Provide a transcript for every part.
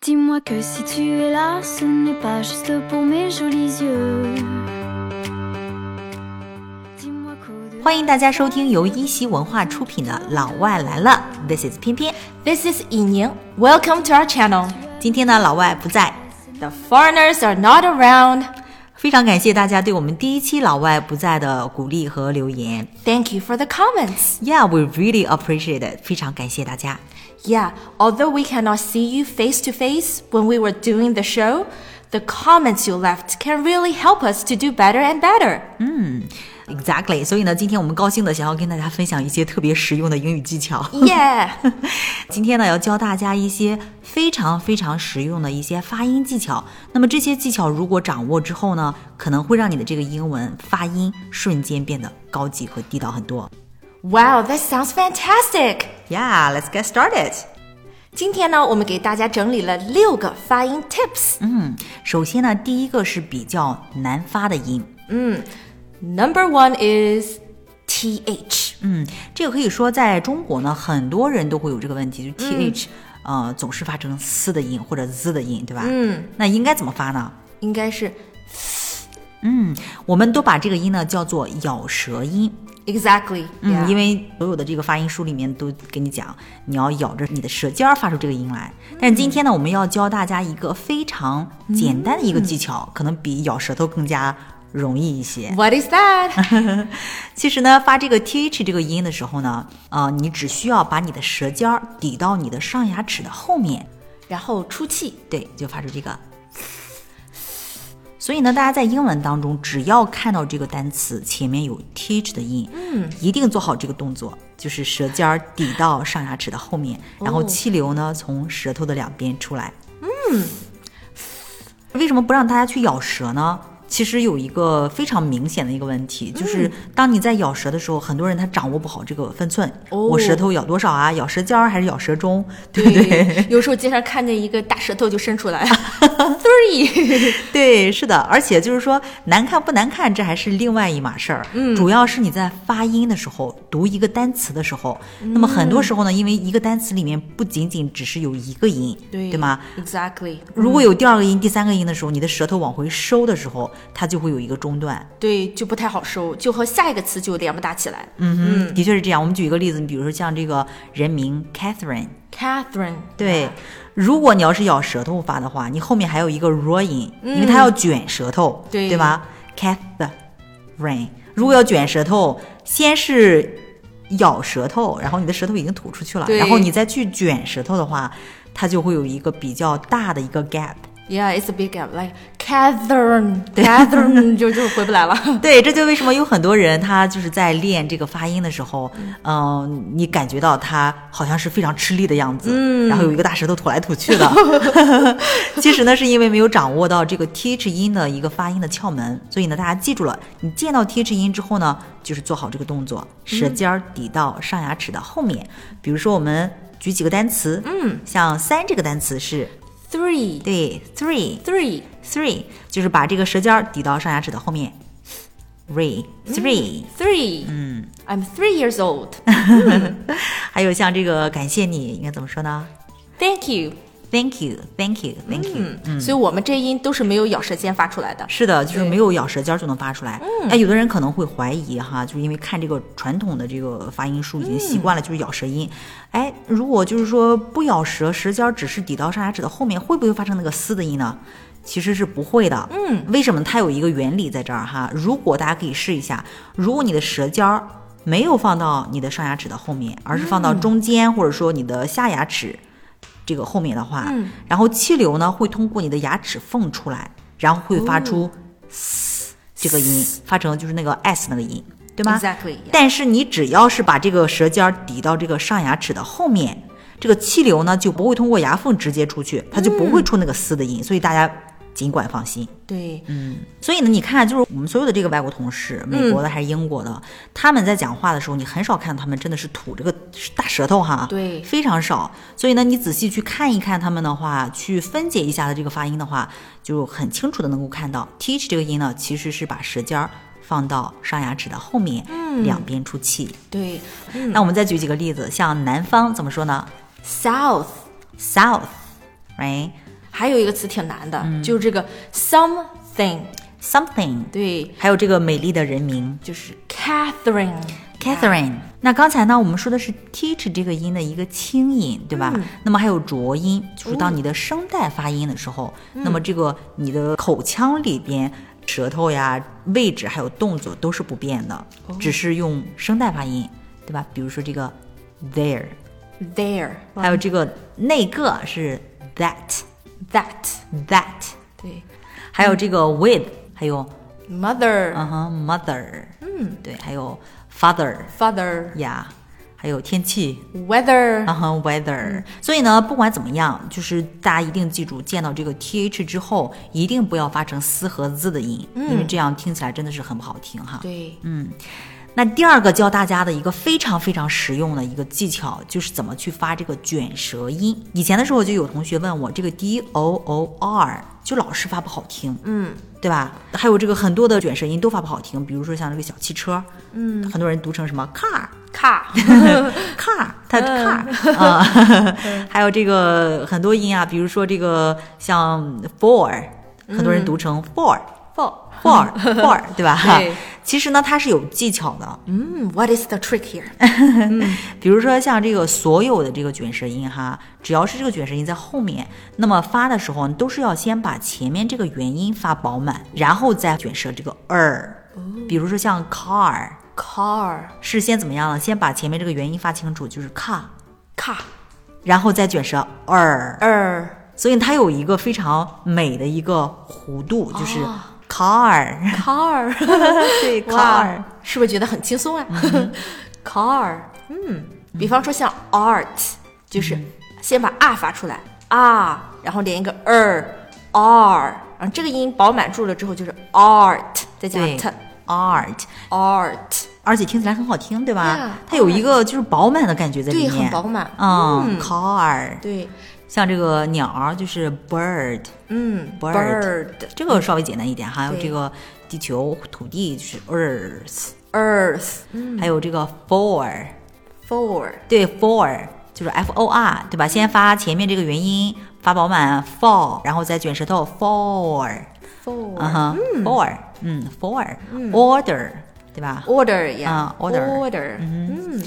Dis-moi que si tu es là, ce n'est pas juste pour mes jolis yeux. Dis-moi qu'au-delà- 欢迎大家收听由一席文化出品的《老外来了》，This is 偏偏。 This is Yining. Welcome to our channel. 今天呢，老外不在， The foreigners are not around. 非常感谢大家对我们第一期老外不在的鼓励和留言。 Thank you for the comments. Yeah, we really appreciate it，非常感谢大家。 Yeah, although we cannot see you face to face when we were doing the show, the comments you left can really help us to do better and better. 嗯 Exactly，所以呢，今天我们高兴的想要跟大家分享一些特别实用的英语技巧。 Yeah. 今天呢，要教大家一些非常非常实用的一些发音技巧。那么这些技巧如果掌握之后呢，可能会让你的这个英文发音瞬间变得高级和地道很多。 wow, that sounds fantastic. Yeah, let's get started. 今天呢，我们给大家整理了六个发音 tips。嗯，首先呢，第一个是比较难发的音， Number one is th。嗯，这个可以说在中国呢，很多人都会有这个问题，就 th，、呃，总是发成 s 的音或者 z 的音，对吧？嗯，那应该怎么发呢？应该是我们都把这个音呢叫做咬舌音， exactly，嗯 yeah. 因为所有的这个发音书里面都跟你讲，你要咬着你的舌尖儿发出这个音来。但嗯是今天呢，我们要教大家一个非常简单的一个技巧，可能比咬舌头更加容易一些。 what is that？其实呢，发这个 th 这个音的时候呢，呃，你只需要把你的舌尖儿抵到你的上牙齿的后面，然后出气。对，就发出这个。所以呢，大家在英文当中，只要看到这个单词前面有 th 的音，嗯，一定做好这个动作，就是舌尖儿抵到上牙齿的后面，然后气流呢从舌头的两边出来。嗯，为什么不让大家去咬舌呢？其实有一个非常明显的一个问题，就是当你在咬舌的时候，很多人他掌握不好这个分寸。哦我舌头咬多少啊？咬舌尖儿还是咬舌中？对不对？对，有时候经常看见一个大舌头就伸出来，three，对，是的，而且就是说难看不难看，这还是另外一码事儿。嗯，主要是你在发音的时候，读一个单词的时候，那么很多时候呢，因为一个单词里面不仅仅只是有一个音，对嗯吗？ ？Exactly，如果有第二个音、第三个音的时候，你的舌头往回收的时候，它就会有一个中断。对，就不太好收，就和下一个词就连不搭起来。嗯嗯，的确是这样。我们举一个例子，你比如说像这个人名 Catherine， ，Catherine，对，如果你要是咬舌头发的话，你后面还有一个 r 音，因为它要卷舌头，嗯对对吧？Catherine，如果要卷舌头，先是咬舌头，然后你的舌头已经吐出去了，对然后你再去卷舌头的话，它就会有一个比较大的一个 gap。 ，Yeah，it's a big gap，like Catherine，Catherine 就就回不来了。对，这就为什么有很多人他就是在练这个发音的时候，嗯、你感觉到他好像是非常吃力的样子，嗯，然后有一个大舌头吐来吐去 的。其实呢，是因为没有掌握到这个 th 音的一个发音的窍门，所以呢，大家记住了，你见到 th 音之后呢，就是做好这个动作，舌尖儿抵到上牙齿的后面。比如说，我们举几个单词，嗯，像三这个单词是 Three，Three，对 three。three 就是把这个舌尖儿抵到上牙齿的后面。three three，、 Three，嗯，I'm three years old 。还有像这个感谢你应该怎么说呢 Thank you。 ？Thank you, thank you, thank you、嗯，所以我们这音都是没有咬舌尖发出来的。是的，就是没有咬舌尖儿就能发出来。哎，有的人可能会怀疑哈，就是因为看这个传统的这个发音书已经习惯了，就是咬舌音。哎，如果就是说不咬舌，舌尖儿只是抵到上牙齿的后面，会不会发生那个嘶的音呢？其实是不会的。嗯，为什么？它有一个原理在这儿哈。如果大家可以试一下，如果你的舌尖儿没有放到你的上牙齿的后面，而是放到中间，或者说你的下牙齿。这个后面的话，然后气流呢会通过你的牙齿缝出来，然后会发出嘶这个音，发成就是那个 s 那个音，对吗 Exactly, yeah. 但是你只要是把这个舌尖儿抵到这个上牙齿的后面，这个气流呢就不会通过牙缝直接出去，它就不会出那个嘶的音，所以大家尽管放心。对，所以呢，你看，就是我们所有的这个外国同事，美国的还是英国的，他们在讲话的时候，你很少看到他们真的是吐这个大舌头哈，对非常少。所以呢，你仔细去看一看他们的话，去分解一下的这个发音的话，就很清楚的能够看到 th 这个音呢，其实是把舌尖儿放到上牙齿的后面，两边出气。对嗯那我们再举几个例子，像南方怎么说呢，South， ？South，right？还有一个词挺难的，就是这个 something， something，对，还有这个美丽的人名就是 Catherine。 Catherine。那刚才呢，我们说的是 teach 这个音的一个清音，对吧？那么还有浊音，就是当你的声带发音的时候，那么这个你的口腔里边。舌头呀，位置还有动作都是不变的，只是用声带发音，对吧？比如说这个 there， There 还有这个那个是 that that that，对还有这个 with，还有 mother、嗯哼 mother，嗯，对，还有 father， father 呀，还有天气， weather 然后 weather。所以呢，不管怎么样，就是大家一定记住，见到这个 th 之后，一定不要发成丝和 z 的音，因为这样听起来真的是很不好听哈。对，那第二个教大家的一个非常非常实用的一个技巧，就是怎么去发这个卷舌音。以前的时候就有同学问我，这个 d o o r 就老是发不好听，嗯，对吧？还有这个很多的卷舌音都发不好听，比如说像这个小汽车，嗯，很多人读成什么 car。 卡 car，它 嗯 car 啊， 还有这个很多音啊，比如说这个像 for，很嗯多人读成 for。 for for for 对吧？对 其实呢，它是有技巧的。嗯，What is the trick here？比如说像这个所有的这个卷舌音哈，只要是这个卷舌音在后面，那么发的时候你都是要先把前面这个元音发饱满，然后再卷舌这个 er。比哦如说像 car， car 是先怎么样呢？先把前面这个元音发清楚，就是 car，卡然后再卷舌 er。 er 所以它有一个非常美的一个弧度，就是哦 car，、 car 对哇，是不是觉得很轻松啊？car 嗯，比方说像 art 就是先把 r 发出来啊，然后连一个 er r，然后这个音饱满住了之后就是 art，再加对 t art， art，而且听起来很好听，对吧 Yeah，它有一个就是饱满的感觉在里对，面，很饱满，嗯，car，对，像这个鸟儿就是 bird，嗯 Bird bird 这个稍微简单一点，还有对这个地球、土地就是 earth，、 earth 还有这个 for， for 对 for 就是 f o r，对吧？先发前面这个元音，发饱满 for，然后再卷舌头 for。 for 嗯哼，for，嗯，for，order，对吧？ order 呀啊，order order 嗯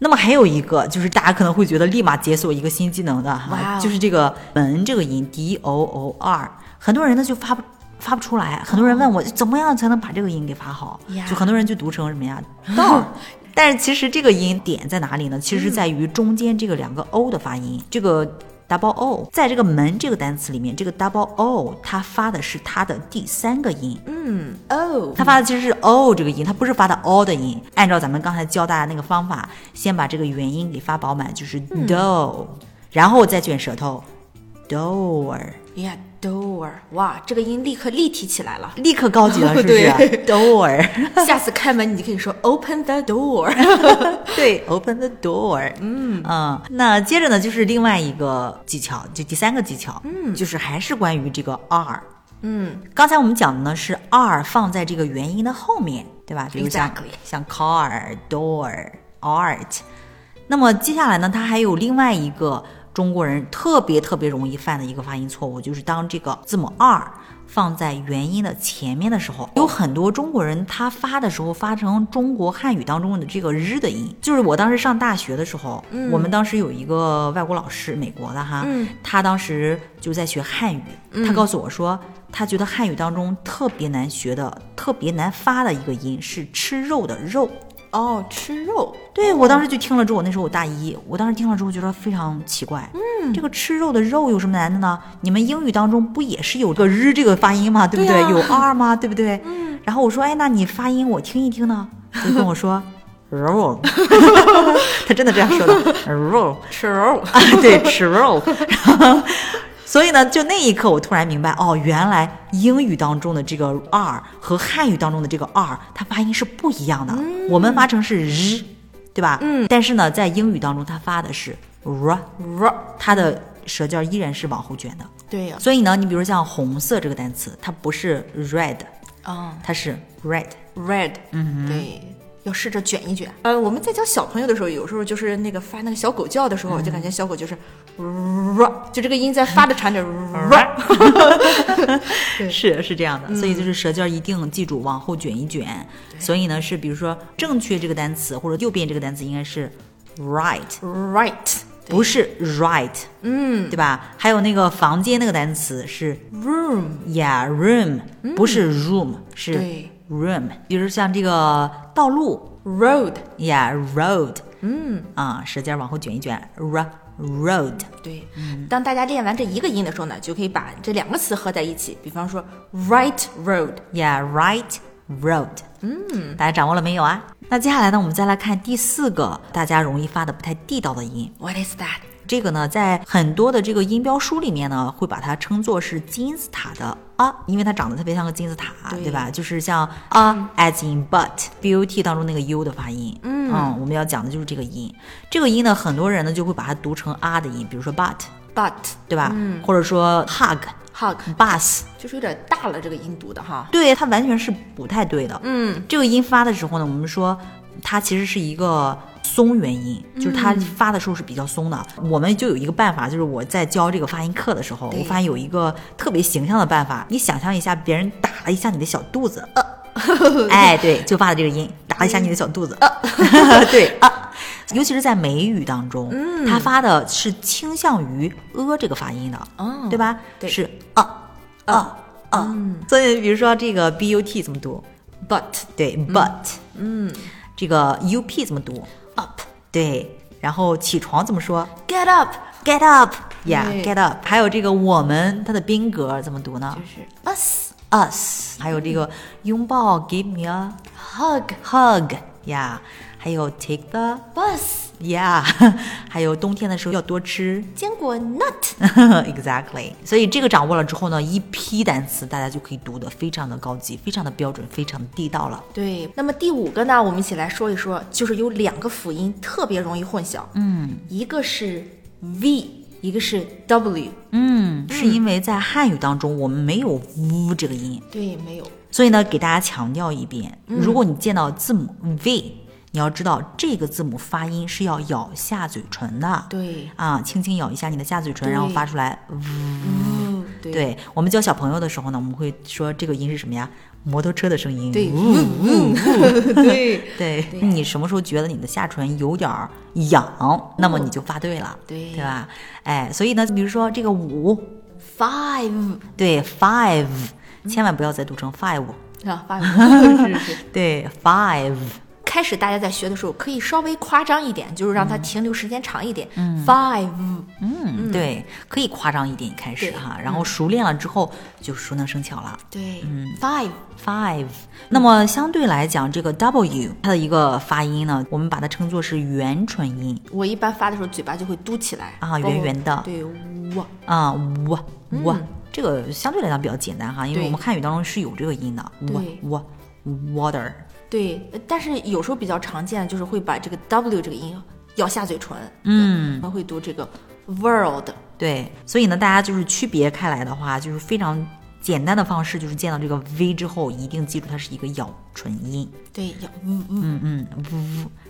那么还有一个就是大家可能会觉得立马解锁一个新技能的哇哈哦，就是这个门这个音 d o o r，很多人呢就发不发不出来，很多人问我怎么样才能把这个音给发好呀，就很多人就读成什么呀 d o 但是其实这个音点在哪里嗯呢？其实在于中间这个两个 o 的发音，这个 double o 在这个门这个单词里面，这个 double o 它发的是它的第三个音，嗯 oh 它发的其实是 o 这个音，它不是发的 o 的音。按照咱们刚才教大家那个方法，先把这个元音给发饱满，就是 do，、然后再卷舌头，door， yeah door 哇，这个音立刻立体起来 了。立刻高级了，是不是啊 ？door，下次开门你就可以说 open the door 对，open the door，嗯嗯。那接着呢，就是另外一个技巧，就第三个技巧，嗯，就是还是关于这个 r，嗯，刚才我们讲的呢是 r 放在这个元音的后面，对吧？比如像 Exactly 像 car、door、art。那么接下来呢，它还有另外一个中国人特别特别容易犯的一个发音错误，就是当这个字母 r 放在元音的前面的时候，有很多中国人他发的时候发成中国汉语当中的这个日的音。就是我当时上大学的时候，我们当时有一个外国老师，美国的哈，他当时就在学汉语，他告诉我说。他觉得汉语当中特别难学的、特别难发的一个音是吃肉的肉，哦，吃肉对我当时就听了之后，那时候我大一，我当时听了之后觉得非常奇怪，嗯，这个吃肉的肉有什么难的呢？你们英语当中不也是有个日这个发音吗？对不对对？啊有 r 吗？对不对？嗯。然后我说，哎，那你发音我听一听呢。他就跟我 说肉，他真的这样说的肉吃肉啊，对，吃肉。 然后所以呢，就那一刻，我突然明白，哦，原来英语当中的这个 r 和汉语当中的这个 r，它发音是不一样的。我们发成是日，对吧？嗯。但是呢，在英语当中，它发的是 r，肉它的舌尖依然是往后卷的。对呀所以呢，你比如像红色这个单词，它不是 red，啊它是 red。 red 对要试着卷一卷。呃，我们在教小朋友的时候，有时候就是那个发那个小狗叫的时候，嗯就感觉小狗就是，就这个音在发的缠着，嗯哎 是是这样的，所以就是舌尖儿一定记住往后卷一卷。所以呢，是比如说正确这个单词或者右边这个单词应该是 right， right 不是 right，嗯，对吧？还有那个房间那个单词是 room yeah room，、不是 room，是对 room。比如像这个道路 road yeah road，嗯啊，舌尖儿往后卷一卷 r road。对，当大家练完这一个音的时候呢，就可以把这两个词合在一起，比方说 right road。 Yeah, right road。嗯，大家掌握了没有啊？那接下来呢，我们再来看第四个大家容易发的不太地道的音。 What is that？这个呢，在很多的这个音标书里面呢，会把它称作是金字塔的啊，因为它长得特别像个金字塔，对对吧？就是像啊，as in but，but 当中那个 u 的发音。嗯我们要讲的就是这个音。这个音呢，很多人呢就会把它读成啊的音，比如说 but， But 对吧？嗯、或者说 hug、 hug bus，就是有点大了，这个音读的哈。对，它完全是不太对的。嗯，这个音发的时候呢，我们说它其实是一个松元音，嗯就是它发的时候是比较松的。我们就有一个办法，就是我在教这个发音课的时候，对我发现有一个特别形象的办法。你想象一下，别人打了一下你的小肚子， 呃，哎，对，就发的这个音，打了一下你的小肚子，嗯呃，对啊。尤其是在美语当中，嗯，它发的是倾向于呃这个发音的，哦对吧？对嗯是呃呃啊，所以比如说这个 b u t 怎么读？ But 对，but，嗯，这个 u p 怎么读 up 对，然后起床怎么说 get up ？get up，yeah，get 对 up。还有这个我们它的宾格怎么读呢就是 us ？us。还有这个拥抱，give me a hug hug，yeah。还有 take the bus yeah，还 有冬天的时候要多吃 坚果 nut。 ，exactly。所以这个掌握了之后呢，一批单词大家就可以读得非常的高级，非常的标准，非常的地道了。对，那么第五个呢，我们一起来说一说，就是有两个辅音特别容易混淆，嗯，一个是 v，一个是 w。嗯，是因为在汉语当中我们没有 v 这个音，对，没有所以呢，给大家强调一遍，嗯如果你见到字母 v，你要知道这个字母发音是要咬下嘴唇的。对，啊，轻轻咬一下你的下嘴唇，对然后发出来。嗯，对对我们教小朋友的时候呢，我们会说这个音是什么呀？摩托车的声音。对，呜嗯嗯对 对，你什么时候觉得你的下唇有点儿痒，那么你就发对了，哦对对吧？哎，所以呢，比如说这个五， ，five 对 five，千嗯万不要再读成 five。啊，five 是是。对 five，开始大家在学的时候，可以稍微夸张一点，就是让它停留时间长一点。Five，嗯，对，可以夸张一点开始对嗯哈，然后熟练了之后就熟能生巧了。对，five，嗯 Five，那么相对来讲，这个 W 它的一个发音呢，我们把它称作是元唇音我一般发的时候嘴巴就会嘟起来啊包括圆圆的对，我啊，我我、这个相对来讲比较简单哈，因为嗯对我们汉语当中是有这个音的，我对我 water，对，呃但是有时候比较常见就是会把这个 W 这个音咬下嘴唇，嗯，我会读这个 world，对，所以呢，大家就是区别开来的话，就是非常简单的方式，就是见到这个 V 之后，一定记住它是一个咬唇音。对，咬嗯嗯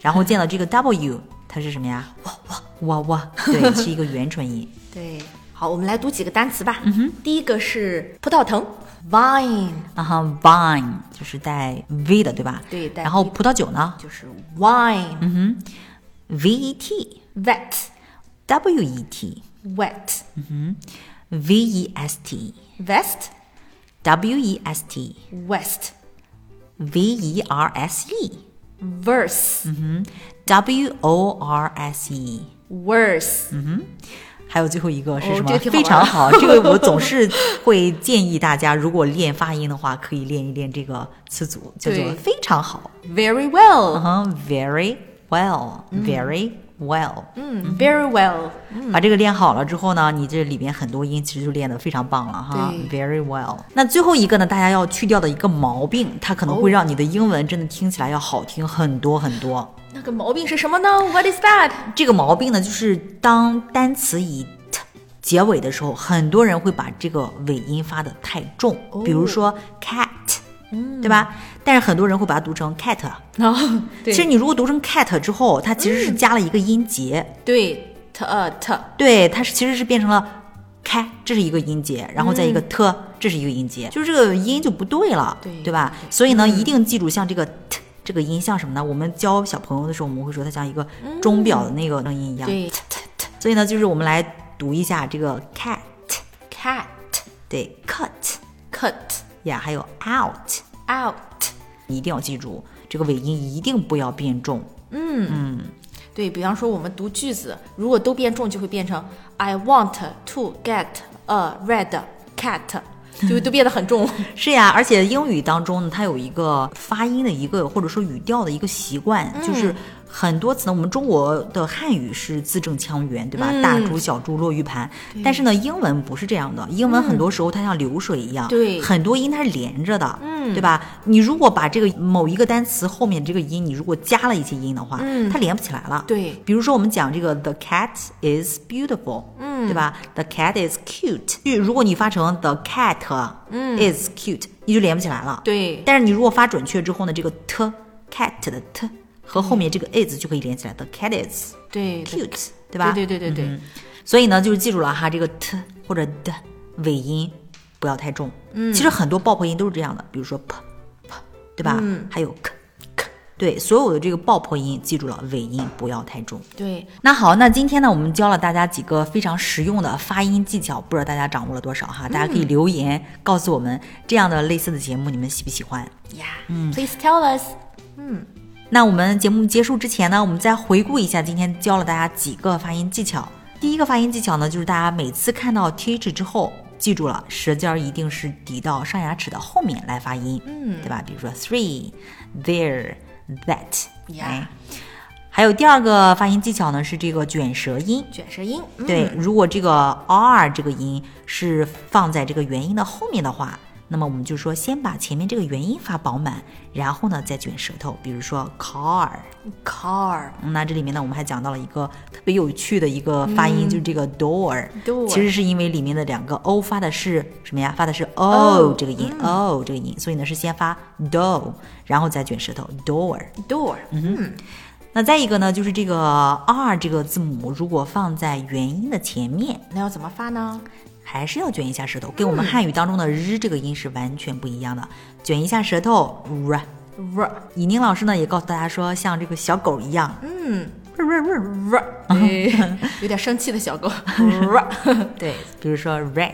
然后见到这个 W，它是什么呀？哇哇哇哇，对，是一个元唇 音。对。好，我们来读几个单词吧。嗯哼，第一个是葡萄藤，vine，然后 vine 就是带 V 的，对吧？对带 V 然后葡萄酒呢就是 wine，wet，wet， ？V E T W E T V E S T west。 W E S T West V E R S E verse W O R S E。 worse，还有最后一个是哦什么？这个挺好玩非常 好，这个我总是会建议大家，如果练发音的话，可以练一练这个词组，叫做对非常好。 very well，嗯、v e r y well，very、well。嗯，very well，把这个练好了之后呢，你这里边很多音其实就练得非常棒了哈对，very well。那最后一个呢，大家要去掉的一个毛病，它可能会让你的英文真的听起来要好听很多很多。那个毛病是什么呢？What is that？这个毛病呢，就是当单词以 t 结哦尾的时候，很多人会把这个尾音发得太重，比如说 cat，嗯对吧？但是很多人会把它读成 cat。然后啊其实对嗯你如果读成 cat 之后，它其实是加了一个音节，对 t 呃 t 对，它是其实是变成了开，这是一个音节，然后再一个特，这是一个音节，就是这个音就不对了，嗯对嗯吧？所以呢，一定记住像这个 t 这个音像什么呢？我们教小朋友的时候，我们会说它像一个钟表的那个声音一样。嗯对所以呢，就是我们来读一下这个 cat， cat 对 cut， cut 呀，还有 out， out。你一定要记住这个尾音一定不要变重。对比方说，我们读句子，如果都变重，就会变成 I want to get a red cat，就都变得 很重。是呀，而且英语当中呢，它有一个发音的一个或者说语调的一个习惯，就是很多词呢，我们中国的汉语是字正腔圆，对吧？大珠小珠落玉盘，但是呢，英文不是这样的，英文很多时候它像流水一样，对很多音它是连着的，嗯，对吧？你如果把这个某一个单词后面这个音，你如果加了一些音的话，它连不起来了，对比如说我们讲这个 the cat is beautiful，嗯，对吧？the cat is cute，就如果你发成 the cat，is cute，你就连不起来了。，嗯对但是你如果发准确之后呢，这个 t cat 的 t 和后面这个 is 就可以连起来，the cat is 对 cute，对吧？嗯嗯对对对对对，所以呢，就是记住了哈，这个 t 或者 d 尾音不要太重。嗯，其实很多爆破音都是这样的，比如说 p p，对吧？嗯，还有 k k，对，所有的这个爆破音，记住了尾音不要太重。对那好，那今天呢，我们教了大家几个非常实用的发音技巧，不知道大家掌握了多少哈？大家可以留言告诉我们这样的类似的节目你们喜不喜欢？呀、p l e a s e tell us。那我们节目结束之前呢，我们再回顾一下今天教了大家几个发音技巧。第一个发音技巧呢，就是大家每次看到 th 之后，记住了，舌尖儿一定是抵到上牙齿的后面来发音，嗯，对吧？比如说 three、there、that， Yeah 哎。还有第二个发音技巧呢，是这个卷舌音，卷舌音，嗯对，如果这个 r 这个音是放在这个元音的后面的话，那么我们就说先把前面这个元音发饱满，然后呢再卷舌头。比如说 car， ，car，嗯那这里面呢我们还讲到了一个特别有趣的一个发音，就是这个 door，嗯 door 其实是因为里面的两个 o 发的是什么呀？发的是哦 o 这个音、o 嗯这个音，所以呢是先发 do，然后再卷舌头 door。 door，嗯那再一个呢，就是这个 r 这个字母如果放在元音的前面。那要怎么发 呢？还是要卷一下舌头，跟我们汉语当中的日这个音是完全不一样的。卷一下舌头，r。 r 以宁老师呢也告诉大家说，像这个小狗一样， r，对 有点生气的小狗 r。对，比如说 red，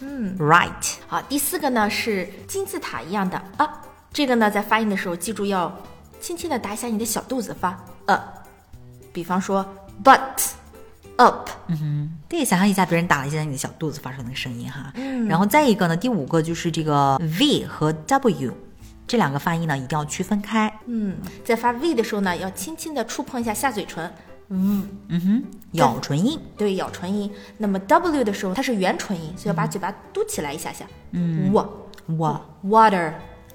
嗯，right，好，第四个呢是金字塔一样的啊，这个呢在发音的时候记住要轻轻的打一下你的小肚子发呃，比方说 but up，对，想象一下别人打了一下你的小肚子发出的那个声音哈。嗯，然后再一个呢，第五个就是这个 v 和 w 这两个发音呢一定要区分开，嗯，在发 v 的时候呢要轻轻的触碰一下下嘴唇，咬唇音。对，咬唇音。那么 w 的时候它是圆唇音，所以要把嘴巴嘟起来一下下。嗯哇，water。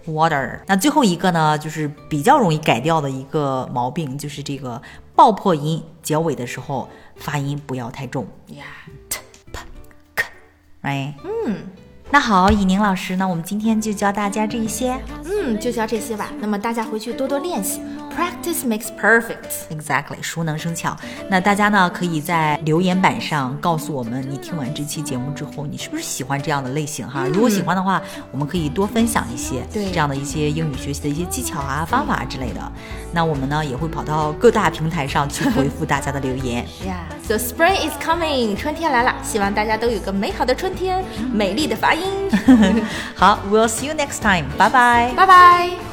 water。那最后一个呢，就是比较容易改掉的一个毛病，就是这个爆破音结尾的时候发音不要太重呀， ，right？嗯。那好，以宁老师，那我们今天就教大家这一些嗯，就教这些吧。那么大家回去多多练习，practice makes perfect。 ，exactly，熟能生巧。那大家呢，可以在留言板上告诉我们，你听完这期节目之后，你是不是喜欢这样的类型哈？如果喜欢的话，我们可以多分享一些对这样的一些英语学习的一些技巧啊、方法之类的。那我们呢，也会跑到各大平台上去回复大家的留言。呀、s o spring is coming，春天来了，希望大家都有个美好的春天，美丽的发音。好，We'll see you next time，拜拜。拜拜。